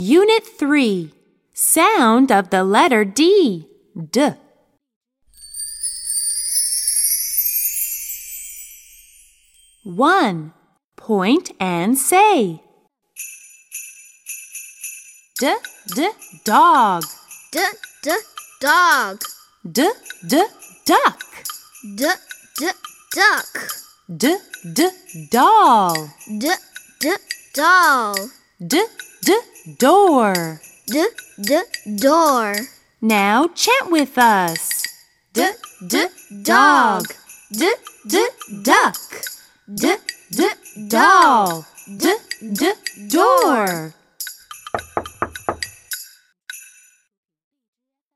Unit 3 Sound of the letter D. D. One. Point and say. D d dog. D d dog. D d duck. D d duck. D d doll. D d doll. D d door. D d door. Now chant with us. D d dog. D d duck. D d doll. D d door.